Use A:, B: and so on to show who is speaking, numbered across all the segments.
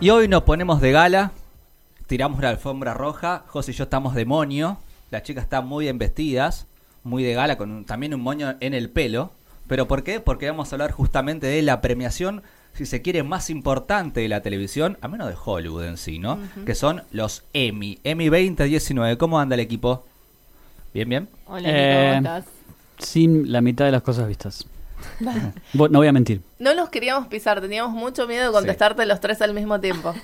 A: Y hoy nos ponemos de gala, tiramos la alfombra roja, José y yo estamos de moño, las chicas están muy bien vestidas, muy de gala, con un- también un moño en el pelo. ¿Pero por qué? Porque vamos a hablar justamente de la premiación, si se quiere, más importante de la televisión, a menos de Hollywood en sí, ¿no? Que son los Emmy, Emmy 2019. ¿Cómo anda el equipo? ¿Bien, bien?
B: Hola,
C: Eh,
B: Nico, ¿cómo estás?
C: Sin la mitad de las cosas vistas. Bo- no voy a mentir.
D: No los queríamos pisar, teníamos mucho miedo de contestarte los tres al mismo tiempo.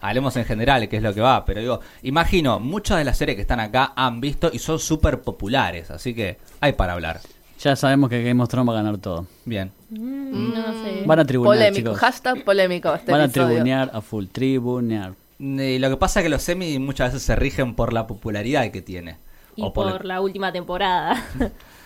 A: Hablemos en general, que es lo que va, pero digo, imagino, muchas de las series que están acá han visto y son súper populares, así que hay para hablar.
C: Ya sabemos que Game of Thrones va a ganar todo.
A: Bien.
B: No sé.
C: Van a tribunear,
D: polémico,
C: chicos.
D: hashtag polémico este
C: Van a
D: episodio.
C: tribunear a full. Tribunear.
A: Y lo que pasa es que los semi muchas veces se rigen por la popularidad que tiene.
B: Y
A: o
B: por,
A: por lo-
B: la última temporada.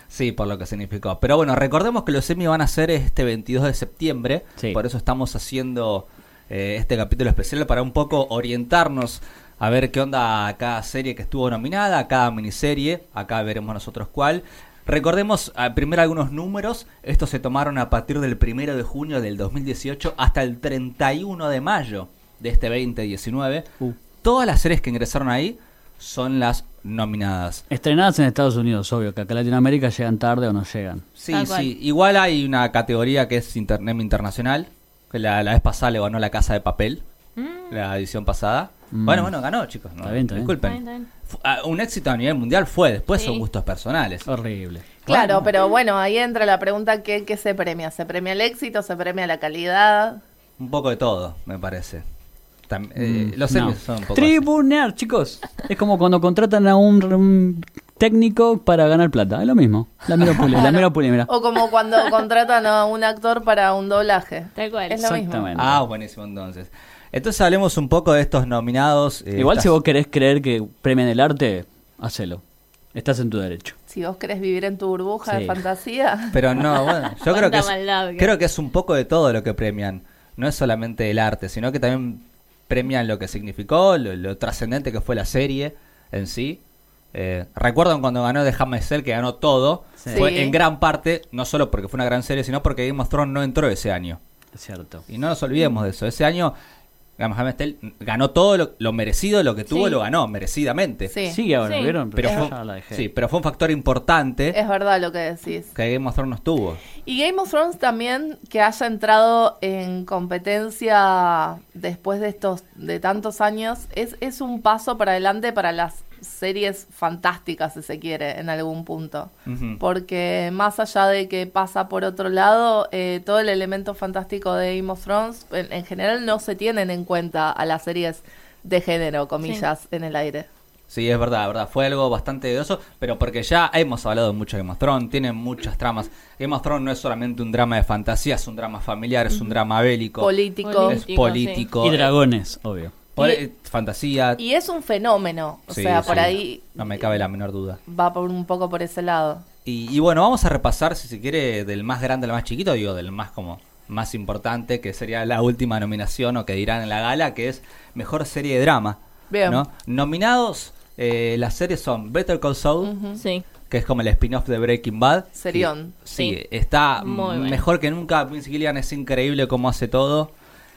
A: Sí, por lo que significó. Pero bueno, recordemos que los semi van a ser este 22 de septiembre.
C: Sí.
A: Por eso estamos haciendo eh, este capítulo especial para un poco orientarnos a ver qué onda cada serie que estuvo nominada, cada miniserie. Acá veremos nosotros cuál. Recordemos ah, primero algunos números. Estos se tomaron a partir del 1 de junio del 2018 hasta el 31 de mayo de este 2019.
C: Uh.
A: Todas las series que ingresaron ahí son las nominadas.
C: Estrenadas en Estados Unidos, obvio, que acá en Latinoamérica llegan tarde o no llegan.
A: Sí,
B: Tal cual.
A: sí. Igual hay una categoría que es Internet Internacional, que la, la vez pasada le ganó la Casa de Papel,
B: Mm.
A: la edición pasada.
C: Mm.
A: Bueno, bueno, ganó, chicos. No,
C: Está bien, está bien.
A: disculpen.
B: Está bien, está
A: Fu- ah, Un éxito a nivel mundial fue, después
B: Sí.
A: son gustos personales.
C: Horrible.
D: Claro, pero bueno, ahí entra la pregunta, ¿qué, ¿qué se premia? ¿Se premia el éxito? ¿Se premia la calidad?
A: Un poco de todo, me parece. Tam- eh,
C: Mm,
A: los
C: no.
A: semis son un poco
C: Tribunear, chicos. Es como cuando contratan a un, un técnico para ganar plata. Es lo mismo. La mero puli, la mero puli, mirá.
D: O como cuando contratan a un actor para un doblaje.
B: Tal cual.
D: Es lo mismo.
C: Exactamente.
A: así. Ah, buenísimo entonces. Entonces hablemos un poco de estos nominados. eh,
C: Igual si
A: estas-
C: vos querés creer que premien el arte, hacelo. Estás en tu derecho.
D: Si vos querés vivir en tu burbuja
C: Sí.
D: de fantasía,
A: Pero no, bueno, yo creo
B: Cuánta
A: que, es,
B: maldad que-
A: creo que es un poco de todo lo que premian. No es solamente el arte, sino que también premian lo que significó, lo, lo trascendente que fue la serie en sí. Eh, ¿Recuerdan cuando ganó The Handmaid's Tale, que ganó todo?
C: Sí.
A: Fue
D: Sí.
A: en gran parte, no solo porque fue una gran serie, sino porque Game of Thrones no entró ese año.
C: Es cierto.
A: Y no nos olvidemos de eso. Ese año Game of Thrones ganó todo lo, lo merecido, lo que tuvo
B: Sí.
A: lo ganó, merecidamente.
D: sí,
C: Sigue ahora,
B: Sí.
C: ¿vieron?
A: Pero,
C: Pero yo ya la
A: fue,
C: dejé.
A: sí, pero fue un factor importante
D: es verdad lo que decís.
A: que Game of Thrones no estuvo.
D: Y Game of Thrones también, que haya entrado en competencia después de estos, de tantos años, es, es un paso para adelante para las series fantásticas, si se quiere, en algún punto.
A: Ujú.
D: Porque más allá de que pasa por otro lado, eh, todo el elemento fantástico de Game of Thrones, en, en general no se tienen en cuenta a las series de género, comillas, en el aire.
A: Sí, es verdad, es verdad. Fue algo bastante dudoso, pero porque ya hemos hablado mucho de Game of Thrones, tiene muchas tramas. Game of Thrones no es solamente un drama de fantasía, es un drama familiar, es un drama bélico,
D: Político.
A: es
B: Político,
A: político,
C: Y
A: eh,
C: dragones, obvio.
A: pol-
D: Y-
A: eh, fantasía.
D: Y es un fenómeno, o
A: Sí,
D: sea,
A: sí,
D: por ahí
A: No me cabe la menor duda.
D: va por un poco por ese lado.
A: Y, y bueno, vamos a repasar, si se quiere, del más grande al más chiquito, digo, del más como más importante, que sería la última nominación o que dirán en la gala, que es Mejor Serie de Drama.
D: Bien.
A: ¿no? Nominados, eh, las series son Better Call Saul,
B: Sí.
A: que es como el spin-off de Breaking Bad.
D: Serión.
A: Y- sí,
B: Sí.
A: está
B: Muy
A: m-
B: bueno.
A: mejor que nunca. Vince Gillian es increíble cómo hace todo.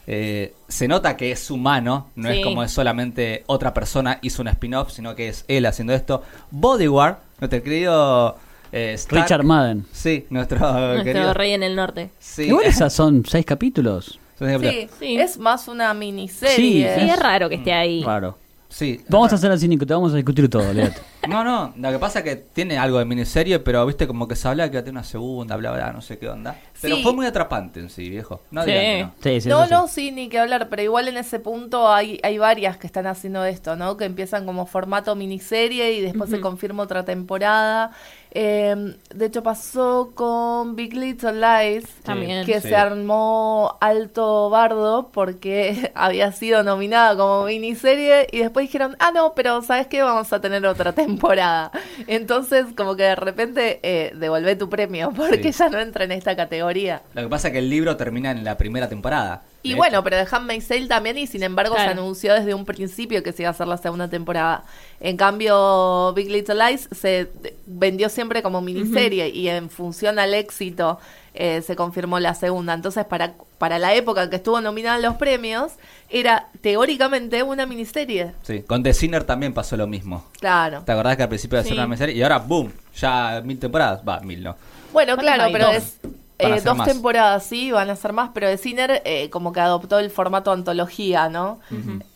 A: Eh, se nota que es humano, no
B: Sí.
A: es como es solamente otra persona hizo un spin-off, sino que es él haciendo esto. Bodyguard, nuestro querido eh, Stark.
C: Richard Madden.
A: Sí, nuestro,
B: Nuestro
A: querido.
B: rey en el norte.
A: Sí.
C: Igual esas son seis capítulos.
D: Sí,
B: Sí.
D: es más una
C: Sí,
D: miniserie.
B: Sí, es raro que esté ahí.
C: Claro.
A: Sí.
C: Vamos a hacer así, Nico, te vamos a discutir todo, olvídate.
A: No, no, lo que pasa es que tiene algo de miniserie, pero viste como que se habla que va a tener una segunda, bla, bla, no sé qué onda. Pero
D: Sí.
A: fue muy atrapante en sí, viejo. No
B: Sí.
A: digan que no.
C: Sí, sí,
D: No,
C: eso sí.
D: no, sí, ni que hablar, pero igual en ese punto hay, hay varias que están haciendo esto, ¿no? Que empiezan como formato miniserie y después se confirma otra temporada. Eh, de hecho, pasó con Big Little Lies,
B: También.
D: que
A: Sí.
D: se armó alto bardo porque había sido nominada como miniserie y después dijeron, ah, no, pero ¿sabes qué? Vamos a tener otra temporada. Entonces, como que de repente, eh, devolvé tu premio porque
A: Sí.
D: ya no entra en esta categoría.
A: Lo que pasa es que el libro termina en la primera temporada. Eh,
D: Y
A: De
D: bueno,
A: hecho.
D: pero de Handmaid's Tale también, y sin embargo se
B: Claro.
D: anunció desde un principio que se iba a hacer la segunda temporada. En cambio, Big Little Lies se vendió siempre como miniserie y en función al éxito eh, se confirmó la segunda. Entonces, para, para la época en que estuvo nominada a los premios, era teóricamente una miniserie.
A: Sí, con The Sinner también pasó lo mismo.
D: Claro.
A: ¿Te acordás que al principio de
B: Sí.
A: hacer una miniserie? Y ahora, boom, ya mil temporadas. Va, mil no.
D: Bueno,
B: ¿Cuántas
D: claro,
B: hay?
D: pero
B: Dos.
D: es
A: Van a
D: eh,
A: ser
D: dos
A: más.
D: temporadas, sí, van a ser más, pero de Ciner eh, como que adoptó el formato antología, ¿no?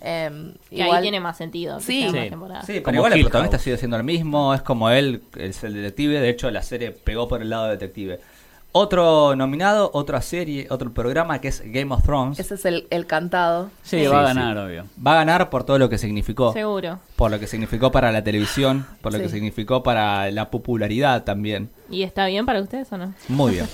D: Eh,
B: Que ahí tiene más sentido. que
D: Sí.
B: sea más
C: Sí.
B: temporada.
A: Sí, pero
C: Como
A: igual el
C: Hill
A: protagonista
C: House.
A: sigue siendo el mismo, es como él, es el detective, de hecho la serie pegó por el lado de detective. Otro nominado, otra serie, otro programa que es Game of Thrones.
D: Ese es el, el cantado.
C: Sí,
A: Sí,
C: va a
A: sí.
C: ganar, obvio.
A: Va a ganar por todo lo que
C: Oh.
A: significó.
B: Seguro.
A: Por lo que significó para la televisión, por lo
D: Sí.
A: que significó para la popularidad también.
B: ¿Y está bien para ustedes o no?
A: Muy bien.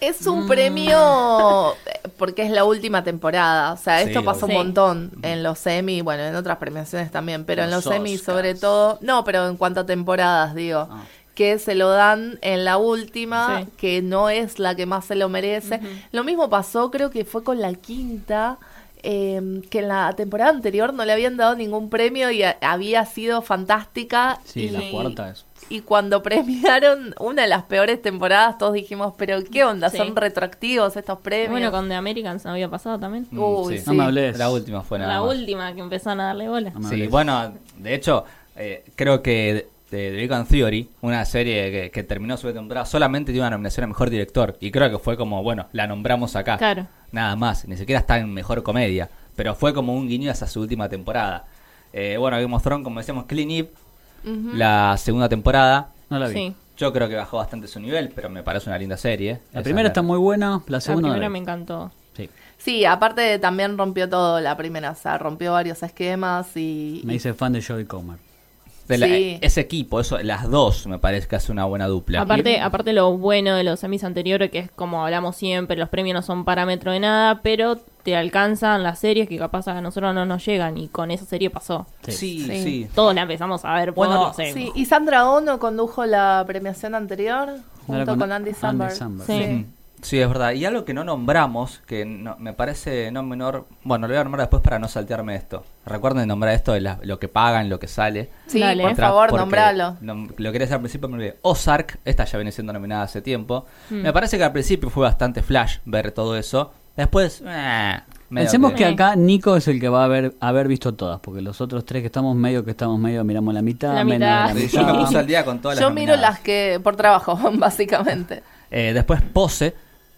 D: Es un premio eh, porque es la última temporada. O sea,
A: Sí,
D: esto pasó
B: obvio.
D: un montón en los semi, bueno, en otras premiaciones también, pero en los
C: Los
D: semi
C: Oscars.
D: sobre todo. No, pero en cuanto a temporadas, digo.
C: Ah.
D: Que se lo dan en la última,
B: Sí.
D: que no es la que más se lo merece. Lo mismo pasó, creo que fue con la quinta. eh, que en la temporada anterior no le habían dado ningún premio y a- había sido fantástica.
C: Sí,
D: y,
C: la cuarta es.
D: y cuando premiaron una de las peores temporadas, todos dijimos, pero ¿qué onda?
B: Sí.
D: ¿Son retroactivos estos premios?
B: Bueno, con The Americans no había pasado también.
A: Mm,
D: Uy,
A: sí.
C: No me
D: Sí.
C: hables.
A: La última fue nada
B: la
A: más.
B: última que empezaron a darle bola.
C: No me
A: Sí,
C: hables.
A: bueno, de hecho, eh, creo que The The Big Bang Theory, una serie que, que terminó su temporada, solamente tiene una nominación a Mejor Director. Y creo que fue como, bueno, la nombramos acá.
B: Claro.
A: Nada más, ni siquiera está en Mejor Comedia. Pero fue como un guiño hacia su última temporada. Eh, bueno, Game of Thrones, como decíamos, Clean Eve, la segunda temporada.
C: No la vi.
B: Sí.
A: Yo creo que bajó bastante su nivel, pero me parece una linda serie.
C: La
A: Esa
C: primera
A: es
C: está muy buena, la
B: la
C: segunda no
B: primera
C: la
B: me
C: vi.
B: encantó.
C: Sí.
D: Sí, aparte también rompió todo la primera, o sea, rompió varios esquemas y...
C: Me hice fan de Joey Comer.
A: de la-
D: sí.
A: Ese equipo, eso, las dos me parece que hace una buena dupla.
B: Aparte, aparte lo bueno de los semis anteriores, que es como hablamos siempre, los premios no son parámetro de nada, pero te alcanzan las series que capaz a nosotros no nos llegan y con esa serie pasó.
A: sí, sí.
D: Sí.
B: Todos la empezamos a ver por,
A: Bueno,
B: no sé, pues,
D: Sí, y Sandra Ono condujo la premiación anterior junto
C: Ahora
D: con,
C: con
D: Andy
C: Andy
D: Samberg.
C: Samberg.
B: Sí.
A: Mm, Sí, es verdad. Y algo que no nombramos, que no- me parece no menor. Bueno, lo voy a nombrar después para no saltearme esto. Recuerden nombrar esto de la- lo que pagan, lo que sale.
D: Sí,
B: Dale.
D: por
B: Otra,
A: Otra,
D: favor,
A: porque
D: nombralo.
A: nom- lo quería hacer al principio, me olvidé. Ozark, esta ya viene siendo nominada hace tiempo.
D: Mm.
A: Me parece que al principio fue bastante flash ver todo eso. Después. eh, medio
C: Pensemos que
B: Sí.
C: acá Nico es el que va a haber, haber visto todas, porque los otros tres que estamos medio, que estamos medio, miramos la mitad,
B: La
C: menos
B: mitad.
C: la
A: Sí, yo me puse al día con todas las
D: Yo miro
A: nominadas.
D: las que por trabajo, básicamente.
A: Eh, después Pose,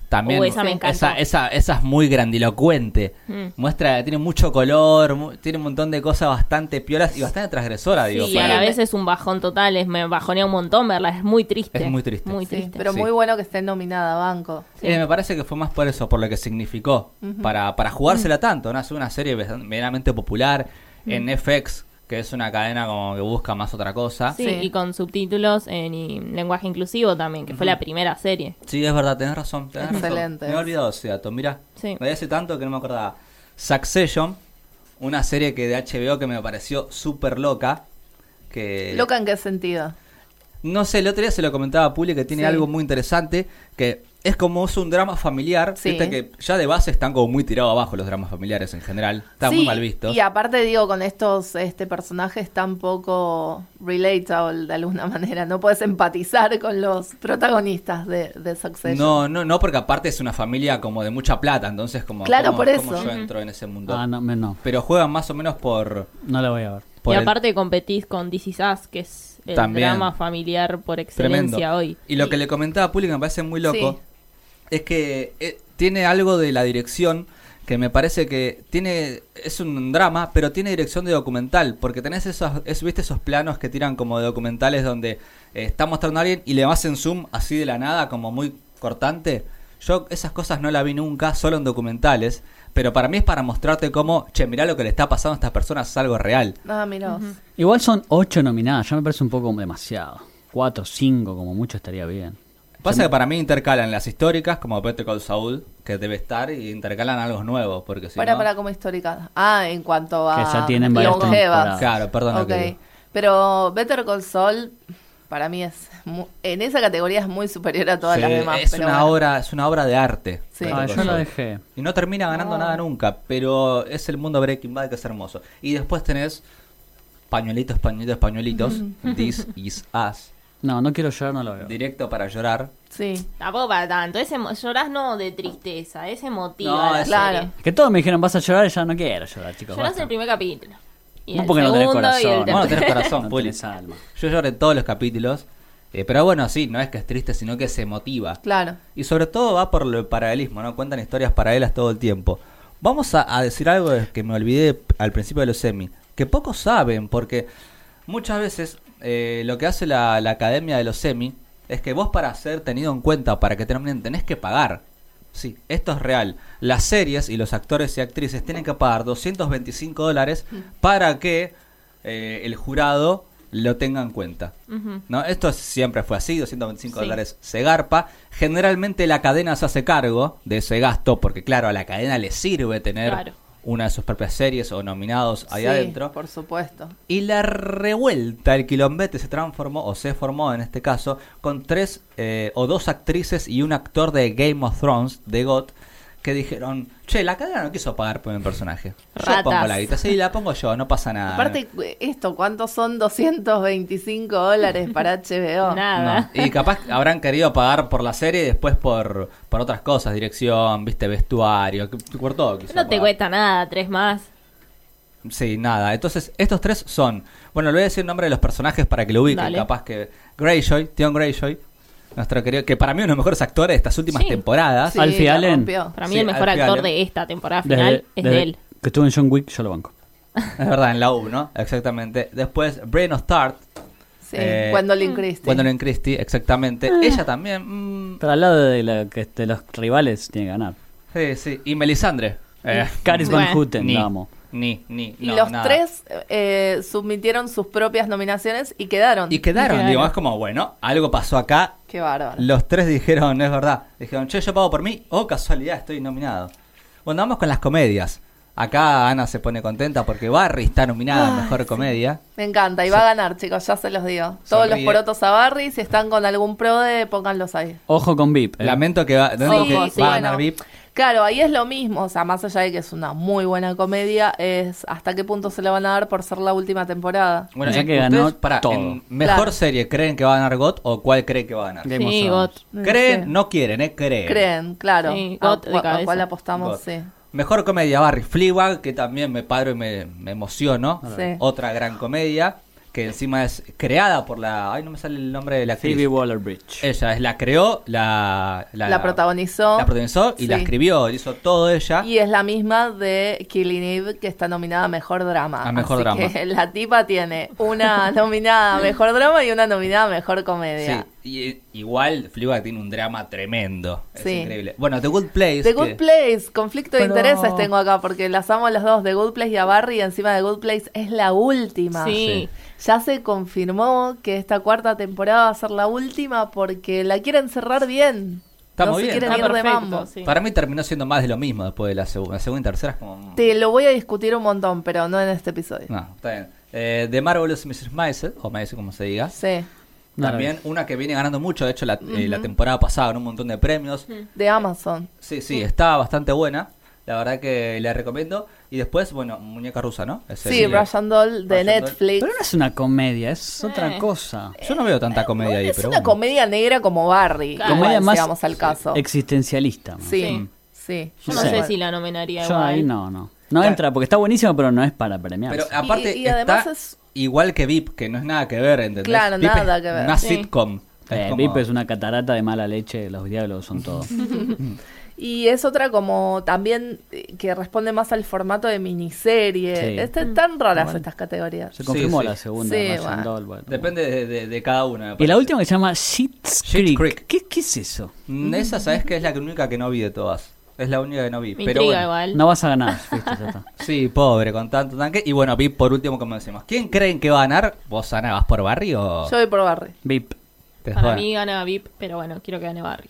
A: también.
B: Uy, esa me encantó.
A: esa, esa- esa es muy grandilocuente.
B: Mm.
A: Muestra, tiene mucho color, mu- tiene un montón de cosas bastante piolas y bastante transgresora, digo.
B: Sí,
A: para-
B: a la vez es un bajón total, es, me bajonea un montón verla, es muy triste.
A: Es muy triste.
B: Muy
D: Sí,
B: triste.
D: pero
A: Sí.
D: muy bueno que esté nominada, Banco.
A: Eh, me parece que fue más por eso, por lo que significó. para, para
B: Mm.
A: jugársela tanto, ¿no? Es una serie bastante- meramente popular en FX, que es una cadena como que busca más otra cosa.
B: Ah, Sí,
D: Sí.
B: y con subtítulos en y lenguaje inclusivo también, que fue la primera serie.
A: Sí, es verdad, tenés razón. tenés razón.
D: Excelente.
A: Me he olvidado ese dato, mirá.
B: Sí.
A: Me hace tanto que no me acordaba. Succession, una serie que de HBO que me pareció súper loca. Que...
D: ¿Loca en qué sentido?
A: No sé, el otro día se lo comentaba a Puli que tiene
D: Sí.
A: algo muy interesante que es como es un drama familiar,
D: Sí.
A: viste que ya de base están como muy tirados abajo los dramas familiares en general, están
D: Sí,
A: muy mal vistos.
D: Y aparte digo, con estos este, personajes tan poco relatable de alguna manera, no puedes empatizar con los protagonistas de, de Succession.
A: No, no, no, porque aparte es una familia como de mucha plata, entonces como
D: Claro,
A: ¿cómo-
D: por
A: cómo
D: eso.
A: yo entro en ese mundo.
C: Ah, no, me- no,
A: Pero juegan más o menos por,
C: no la voy a ver.
A: por
B: y
A: el-
B: aparte competís con This Is Us, que es el
A: También.
B: drama familiar por excelencia
A: Tremendo.
B: hoy.
A: Y lo que le comentaba a Puli que me parece muy loco es que eh, tiene algo de la dirección que me parece que tiene es un drama, pero tiene dirección de documental, porque tenés esos es, viste esos planos que tiran como de documentales donde eh, está mostrando a alguien y le hacen zoom así de la nada como muy cortante. Yo esas cosas no la vi nunca, solo en documentales, pero para mí es para mostrarte cómo, che, mirá lo que le está pasando a estas personas, es algo real.
D: Ah, mirá vos.
C: Igual son ocho nominadas, ya me parece un poco demasiado. Cuatro, cinco, como mucho estaría bien.
A: Pasa que para mí intercalan las históricas, como Better Call Saul, que debe estar, y intercalan algo nuevo, porque si
D: para,
A: no...
D: para como histórica. Ah, en cuanto a
C: Que ya tienen varias
D: longevas.
C: temporadas.
A: Ah. Claro, perdón.
D: Ok. Pero Better Call Saul, para mí es... mu- en esa categoría es muy superior a todas las demás.
A: es,
D: pero
A: una
D: bueno.
A: obra, es una obra de arte.
D: Sí.
A: Better
D: Ah,
C: Ah,
A: Call
C: yo la
A: Saul.
C: dejé.
A: Y no termina ganando nada nunca, pero es el mundo Breaking Bad que es hermoso. Y después tenés pañuelitos, pañuelitos, pañuelitos, This Is Us,
C: No, no quiero llorar, no lo veo.
A: Directo para llorar.
D: Sí.
B: Tampoco para tanto. Es emo- llorás no de tristeza, es emotiva.
A: No,
B: la
A: es-
B: serie.
D: claro.
C: Es que todos me dijeron, vas a llorar, y ya no quiero llorar, chicos.
B: Llorás
C: basta.
B: el primer capítulo. Y
C: Vos
B: el
C: porque no tenés
B: segundo y el
C: corazón,
A: Vos no
B: tercero.
A: tenés corazón,
C: No
A: Puli.
C: tenés alma.
A: Yo lloro en todos los capítulos. eh, pero bueno, sí, no es que es triste, sino que se emotiva.
D: Claro.
A: Y sobre todo va por el paralelismo, ¿no? Cuentan historias paralelas todo el tiempo. Vamos a, a decir algo de- que me olvidé al principio de los semi, que pocos saben, porque muchas veces eh, lo que hace la, la academia de los semi es que vos para ser tenido en cuenta, para que te nombren, tenés que pagar. Sí, esto es real. Las series y los actores y actrices tienen que pagar 225 dólares para que eh, el jurado lo tenga en cuenta.
B: Ujú.
A: ¿no? Esto es- siempre fue así, 225
B: Sí.
A: dólares se garpa. Generalmente la cadena se hace cargo de ese gasto, porque claro, a la cadena le sirve tener
B: Claro.
A: una de sus propias series o nominados ahí
D: Sí,
A: adentro.
D: Por supuesto.
A: Y la revuelta, el quilombete se transformó, o se formó en este caso, con tres eh, o dos actrices y un actor de Game of Thrones, de GOT, que dijeron, che, la cadena no quiso pagar por mi personaje. Yo
B: Ratas.
A: pongo la guita, sí, la pongo yo, no pasa nada.
D: Aparte, esto, ¿cuántos son 225 dólares para HBO?
B: Nada.
A: No, Y capaz habrán querido pagar por la serie y después por, por otras cosas, dirección, viste, vestuario, que- por todo.
B: No,
A: quiso
B: te
A: pagar.
B: cuesta nada, tres más.
A: Sí, nada. Entonces, estos tres son. Bueno, le voy a decir el nombre de los personajes para que lo ubiquen.
B: Dale.
A: Capaz que. Greyjoy, Tion Greyjoy, nuestro querido. Que para mí uno de los mejores actores de estas últimas
B: Sí.
A: temporadas.
D: Sí,
C: Alfie
D: la
C: Allen.
D: rompió.
B: Para mí
A: Sí,
B: el mejor
A: Alfie
B: actor
A: Allen.
B: de esta temporada
C: Desde-
B: final es
C: desde
B: de él.
C: Que estuvo en John Wick, yo lo banco.
A: Es verdad, en la U, ¿no? Exactamente. Después, Brain of Tart,
D: Sí,
A: Eh,
D: Gwendolyn Christie. Ah.
A: Gwendolyn Christie, exactamente. Ella también. mm,
C: Pero al lado de, la- que- de los rivales, tiene que ganar.
A: sí, sí. Y Melisandre. Eh,
C: Caris
B: Bueno.
C: Van Houten,
A: ni,
C: la amo.
A: Ni, ni.
D: Y
A: no,
D: los
A: nada.
D: tres eh, submitieron sus propias nominaciones y quedaron.
A: Y quedaron,
B: Quedaron.
A: digo, es como, bueno, algo pasó acá.
D: Qué bárbaro.
A: Los tres dijeron, es verdad. Dijeron, che, yo pago por mí. Oh, casualidad, estoy nominado. Bueno, vamos con las comedias. Acá Ana se pone contenta porque Barry está nominada a Mejor Comedia.
D: Me encanta, y va a ganar, chicos, ya se los digo. Todos los
A: Sonríe.
D: porotos a Barry, si están con algún pro de, pónganlos ahí.
C: Ojo con VIP. eh.
A: Lamento que va, lamento
B: Sí,
A: que
B: sí,
A: va a
D: bueno.
A: ganar VIP.
D: Claro, ahí es lo mismo, o sea, más allá de que es una muy buena comedia, es hasta qué punto se le van a dar por ser la última temporada.
A: Bueno,
C: Ya
A: eh,
C: que ganó
A: ustedes, pará,
C: todo.
A: en ¿Mejor
D: Claro.
A: serie creen que va a ganar GOT o cuál creen que va a ganar?
C: Game of
B: Sí,
C: Thrones.
B: Got.
D: No
A: Creen,
D: sé.
A: no quieren, eh, creen.
D: Creen, claro.
B: Sí,
D: a,
B: got de
D: cua- a
B: cabeza.
D: cuál apostamos,
A: GOT.
D: sí.
A: Mejor comedia, Barry Fleabag, que también me paro y me, me emociono.
D: Sí.
A: Otra gran comedia, que encima es creada por la... Ay, no me sale el nombre de la actriz.
C: Phoebe Waller-Bridge.
B: Eh.
A: Ella es la creó, la...
D: La protagonizó.
A: La protagonizó y la
D: Sí.
A: escribió, hizo todo ella.
D: Y es la misma de Killing Eve, que está nominada a Mejor Drama.
A: A Mejor
D: Así
A: Drama.
D: que la tipa tiene una nominada a Mejor Drama y una nominada a Mejor Comedia.
A: Sí, y- igual Fleabag tiene un drama tremendo. Es
D: Sí.
A: increíble. Bueno, The Good Place.
D: The
A: que-
D: Good Place, conflicto
C: Pero-
D: de intereses tengo acá, porque las amo a los dos, The Good Place y a Barry, y encima The Good Place es la última.
B: Sí.
D: Ya se confirmó que esta cuarta temporada va a ser la última porque la quieren cerrar bien.
A: Está
D: no
A: muy
D: se
A: bien,
D: quieren
A: está
D: ir de
B: perfecto,
D: mambo.
B: sí.
A: Para mí terminó siendo más de lo mismo después de la segunda. La segunda y tercera es como... mm,
D: Te lo voy a discutir un montón, pero no en este episodio.
A: No, está bien. Eh, The Marvelous Mrs. Maisel, o Maisel como se diga.
D: Sí.
A: También una que viene ganando mucho, de hecho la, eh, la temporada pasada ganó un montón de premios.
D: De Amazon.
A: Sí, sí, está bastante buena. La verdad que la recomiendo. Y después, bueno, Muñeca Rusa, ¿no? Es
D: Sí,
A: el-
D: Russian Doll de
A: Russian Doll.
D: Netflix.
C: Pero no es una comedia, es
B: Eh.
C: otra cosa.
A: Yo no veo tanta comedia ahí,
D: Eh, es
A: pero
D: una
A: bueno.
D: comedia negra como Barry. Comedia
B: Claro.
C: Comedia
D: más.
C: más-
D: Llegamos al caso.
C: Existencialista. más.
D: Sí, sí.
B: Yo no
C: Sí.
B: sé si la nominaría
C: Yo
B: igual.
C: ahí no, no. No entra, porque está buenísimo, pero no es para premiar.
A: Pero aparte
D: Y- y además
A: está
D: es-
A: igual que VIP, que no es nada que ver, ¿entendés?
D: Claro,
A: VIP
D: nada
A: es
D: que ver.
A: Una
B: Sí.
A: sitcom. Es como-
C: VIP Eh, es una catarata de mala leche, los diablos son todos.
D: Y es otra como también eh, que responde más al formato de miniserie.
C: Sí.
D: Este, tan raras estas categorías.
C: Se confirmó
A: Sí, sí.
C: la segunda.
D: Sí,
C: Russian
D: bueno.
C: Doll, bueno.
A: Depende de, de- de cada una. me
C: Y la
A: parece.
C: última que se llama Sheets
A: Schitt's
C: Creek.
A: Creek.
C: ¿Qué, qué es eso?
A: Mm, Esa, ¿sabes que Es la única que no vi de todas. Es la única que no vi.
B: Me
A: pero
B: intriga
A: bueno.
B: igual.
C: No vas a ganar. viste, ya está.
A: Sí, pobre, con tanto tanque. Y bueno, VIP por último, como decimos. ¿Quién creen que va a ganar? ¿Vos, Ana, vas por Barry o...?
D: Yo voy por Barry.
C: VIP.
A: te
B: Para
A: jodan?
B: mí gana VIP, pero bueno, quiero que gane Barry.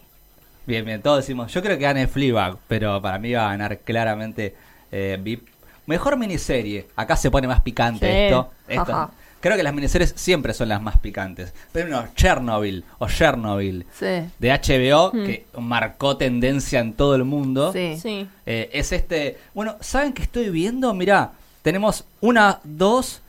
A: Bien, bien, todos decimos, yo creo que gane Fleabag, pero para mí va a ganar claramente eh, VIP. Mejor miniserie. Acá se pone más picante
B: Sí.
A: esto. Esto-
D: Ajá.
A: Creo que las miniseries siempre son las más picantes. Pero no, Chernobyl o Chernobyl
D: Sí.
A: de HBO, que marcó tendencia en todo el mundo.
D: Hmm. Sí.
B: Sí.
A: Eh, es este. Bueno, ¿saben qué estoy viendo? Mirá, tenemos una, dos,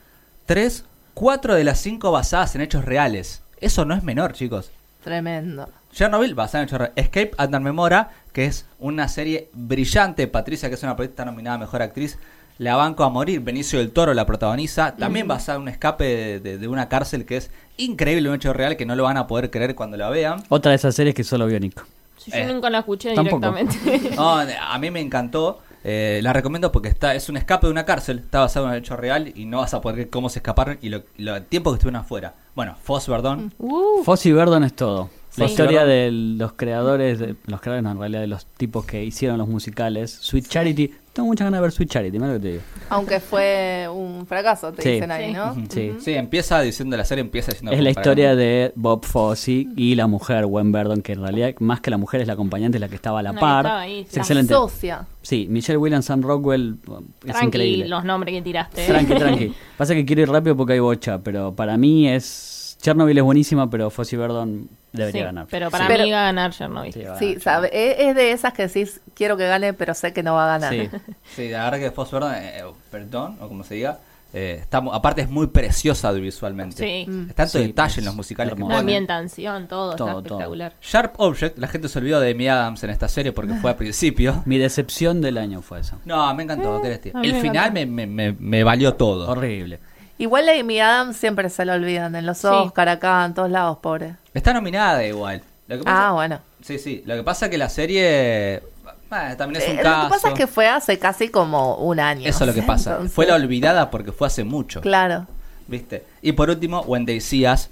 A: tres, cuatro de las cinco basadas en hechos reales. Eso no es menor, chicos.
D: Tremendo.
A: Chernobyl, basada en Chernobyl. Escape Under Memora, que es una serie brillante. Patricia, que es una periodista nominada a Mejor Actriz, la banco a morir. Benicio del Toro la protagoniza. También basada en un escape de, de- de una cárcel que es increíble, un hecho real que no lo van a poder creer cuando la vean.
C: Otra de esas series que solo vio Nico.
B: Si yo
A: Eh,
B: nunca la escuché
C: tampoco.
B: directamente.
A: No, a mí me encantó. Eh, la recomiendo porque está es un escape de una cárcel. Está basado en un hecho real y no vas a poder creer cómo se escaparon y lo, lo- el tiempo que estuvieron afuera. Bueno, Foss, perdón.
B: Uh,
C: Fossi Verdon es todo. La
A: Fossi
C: historia
A: Verdon.
C: de los creadores, de, los creadores no, en realidad de los tipos que hicieron los musicales. Sweet Charity. Tengo muchas ganas de ver Sweet Charity, mira lo que te digo.
D: Aunque fue un fracaso, te
C: Sí.
D: dicen ahí,
B: Sí.
D: ¿no?
C: Sí.
A: Sí, empieza diciendo la serie, empieza diciendo.
C: Es la historia de Bob Fosse y la mujer Gwen Verdon, que en realidad más que la mujer es la acompañante, es la que estaba a la
B: La que
C: par.
B: estaba ahí,
C: es
B: sí.
C: excelente.
D: La socia.
C: Sí, Michelle Williams, Sam Rockwell, es
B: tranqui
C: increíble.
B: los nombres que tiraste. eh.
C: Tranqui, tranqui. Pasa que quiero ir rápido porque hay bocha, pero para mí es... Chernobyl es buenísima, pero Fosse Verdon debería
B: Sí,
C: ganar.
B: Pero para
D: Sí.
B: mí
D: Pero-
B: iba a ganar Chernobyl.
C: Sí, va a
D: Sí,
C: ganar.
D: sabe, e- es de esas que decís, quiero que gane, pero sé que no va a ganar.
C: Sí.
A: Sí, la verdad que Foss, perdón, eh, perdón, o como se diga. eh, está mu- aparte es muy preciosa visualmente.
B: Sí. Mm.
A: Está tanto
C: Sí,
A: detalle
C: es
D: pues,
A: en los musicales que
C: hermoso.
B: La
A: ponen.
B: ambientación, todo,
C: Todo, todo.
B: está espectacular.
A: Sharp Object, la gente se olvidó de Amy Adams en esta serie porque fue al principio.
C: Mi decepción del año fue esa.
A: No, me
D: Eh,
A: encantó. ¿qué les digo?
B: a mí
A: el
B: me
A: final me, me- me- me valió todo.
C: Horrible.
D: Igual a Amy Adams siempre se la olvidan, en los
B: Sí.
D: Oscar, acá, en todos lados, pobre.
A: Está nominada igual. Lo que pasa,
D: Ah, bueno.
A: Sí, sí. Lo que pasa es que la serie bah, también es
D: Eh,
A: un
D: lo
A: caso.
D: que pasa es que fue hace casi como un año.
A: Eso es lo que pasa.
D: Entonces,
A: Fue la olvidada porque fue hace mucho.
D: Claro.
A: ¿Viste? Y por último, When They See Us.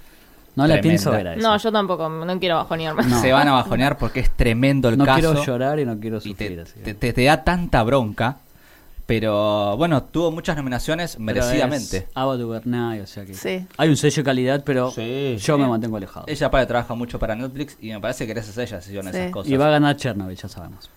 C: No la
A: Tremenda.
C: pienso ver a esa.
B: No, yo tampoco, no quiero bajonearme.
C: No.
A: Se van a bajonear porque es tremendo el
C: No
A: caso.
C: quiero llorar y no quiero
A: Y
C: sufrir.
A: te,
C: así.
A: te- te- te da tanta bronca. Pero bueno, tuvo muchas nominaciones
C: Pero es
A: merecidamente.
C: Ava DuVernay, o sea que...
D: Sí.
C: Hay un sello de calidad, pero
A: Sí,
C: yo me mantengo alejado.
A: Ella para trabaja mucho para Netflix y me parece que gracias a ella se hicieron
D: Sí.
A: esas cosas.
C: Y va a ganar Chernobyl, ya sabemos.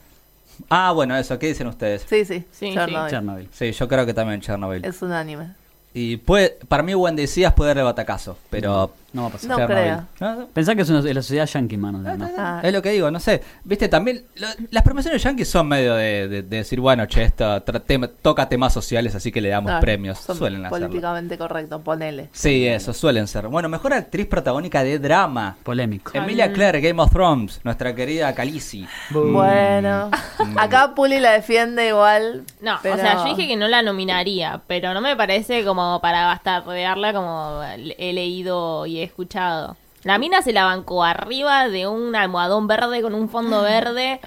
A: Ah, bueno, eso, ¿qué dicen ustedes?
D: Sí, sí.
B: Sí,
D: Chernobyl.
C: Chernobyl.
A: Sí, yo creo que también Chernobyl.
D: Es un anime.
A: Y puede, para mí Wendy Díaz puede darle batacazo, pero...
C: No va a pasar.
D: No
A: Chernobyl.
D: creo.
A: No, no,
C: Pensá que es, una- es la sociedad yankee, mano. ¿no?
D: Ah,
A: Es lo que digo, no sé. Viste, también lo- las promociones yankees son medio de, de- de decir, bueno, che, esto tra- tema- toca temas sociales, así que le damos
D: claro.
A: premios.
D: Son
A: Suelen hacerlo.
D: Políticamente correcto, ponele.
A: Sí, eso, suelen ser. Bueno, mejor actriz protagónica de drama.
C: Polémico.
A: Emilia Clarke, Game of Thrones, nuestra querida Khaleesi.
D: Bueno.
A: Mm.
D: Acá Puli la defiende igual.
B: No,
D: pero-
B: o sea, yo dije que no la nominaría, pero no me parece como para bastardearla como le- he leído y he escuchado. La mina se la bancó arriba de un almohadón verde con un fondo verde.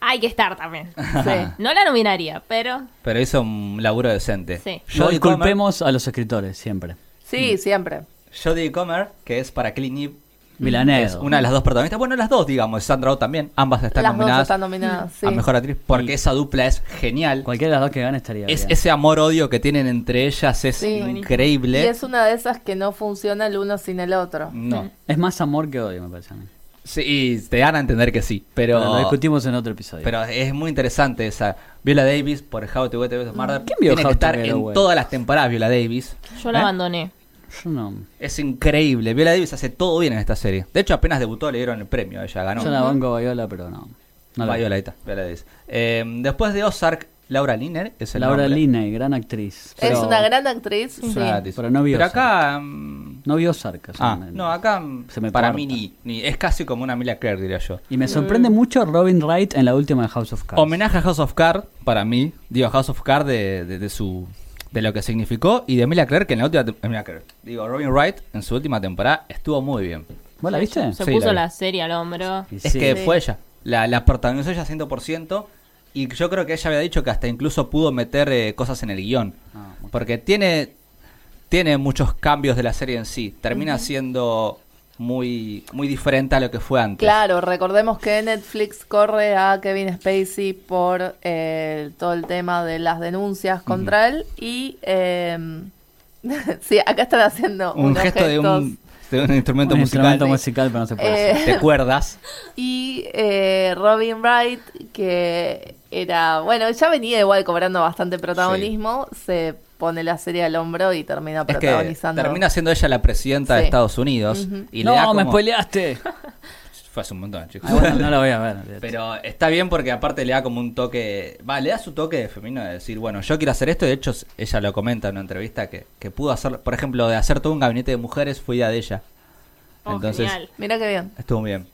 B: Hay que estar también.
D: Sí.
B: No la nominaría, pero
A: Pero hizo un laburo decente.
B: Sí.
C: No
A: Jodie Comer-
C: culpemos a los escritores, siempre.
A: Mm,
D: Sí, siempre.
A: Jodie Comer, que es para Clint Eastwood, es
C: Milanedo.
A: una de las dos protagonistas. Bueno, las dos, digamos. Sandra Oh también. Ambas están
D: Las dos
A: nominadas
D: están nominadas. Sí.
A: a Mejor Actriz porque
C: Y-
A: esa dupla es genial.
C: Cualquiera de las dos que gane estaría
A: Es,
C: bien.
A: ese amor-odio que tienen entre ellas es
D: Sí. Y
A: increíble. Mm.
D: es una de esas que no funciona el uno sin el otro.
A: No.
C: Es más amor que odio, me parece a mí.
A: Sí, y te dan a entender que sí, pero...
C: Pero lo discutimos en otro episodio.
A: pero es muy interesante esa. Viola Davis por How to Get Away with Murder.
C: ¿Quién
A: Tiene
C: vio How
A: que
C: to
A: estar
C: Get
A: en
C: Away?
A: todas las temporadas Viola Davis.
B: yo la
A: ¿Eh?
B: abandoné.
C: Yo no.
A: Es increíble. Viola Davis hace todo bien en esta serie. De hecho, apenas debutó le dieron el premio. Ella ganó.
C: Yo la banco a Viola, pero no. no la-
A: Va, Ah, Viola, ahí está, Viola Davis. Eh, después de Ozark, Laura Liner es el
C: Laura
A: nombre.
C: Linney, gran actriz.
D: Es
C: Pero
D: una gran actriz.
A: Es
D: sí.
A: una actriz.
C: pero no vio Ozark.
A: acá... mm,
C: No vio Sarka.
A: ah, no, acá mm,
C: Se me
A: para
C: corta.
A: mí ni, ni- Es casi como una Mila Kerr, diría yo.
C: Y me sorprende mucho Robin Wright en la última de House of Cards.
A: Homenaje a House of Cards, para mí. Digo, a House of Cards de, de- de su de lo que significó y de Emilia Clarke que en la última tem- Emilia Clarke. digo Robin Wright en su última temporada estuvo muy bien
C: ¿Vos la viste?
B: Se
A: Sí, la
B: puso
A: vi.
B: la, serie al hombro.
C: Y
A: es
C: sí.
A: que
D: Sí.
A: fue ella la, la protagonizó ella 100% y yo creo que ella había dicho que hasta incluso pudo meter eh, cosas en el guión
C: Ah, bueno.
A: porque tiene tiene muchos cambios de la serie en sí termina siendo muy muy diferente a lo que fue antes
D: Claro, recordemos que Netflix corre a Kevin Spacey por eh, todo el tema de las denuncias contra él y... eh, sí, acá están haciendo
A: un
D: unos
A: gesto de
D: gestos.
A: un, de un instrumento
C: Un
A: musical
C: instrumento musical, pero no se puede
D: Eh,
C: hacer.
A: te cuerdas
D: Y eh, Robin Wright, que era, bueno, ya venía igual cobrando bastante protagonismo, se pone la serie al hombro y termina
A: Es que
D: protagonizando.
A: termina siendo ella la presidenta de
D: Sí.
A: Estados Unidos y le da
C: no, me
A: como-
C: spoileaste.
A: fue hace un montón, chicos.
C: Ah, bueno, no la voy a ver.
A: Pero está bien porque aparte le da como un toque, va, le da su toque de femenino de decir, bueno, yo quiero hacer esto, y de hecho ella lo comenta en una entrevista que, que pudo hacer, por ejemplo, de hacer todo un gabinete de mujeres fue idea de ella.
B: Oh,
A: Entonces,
B: genial.
D: Mira qué bien.
A: estuvo bien.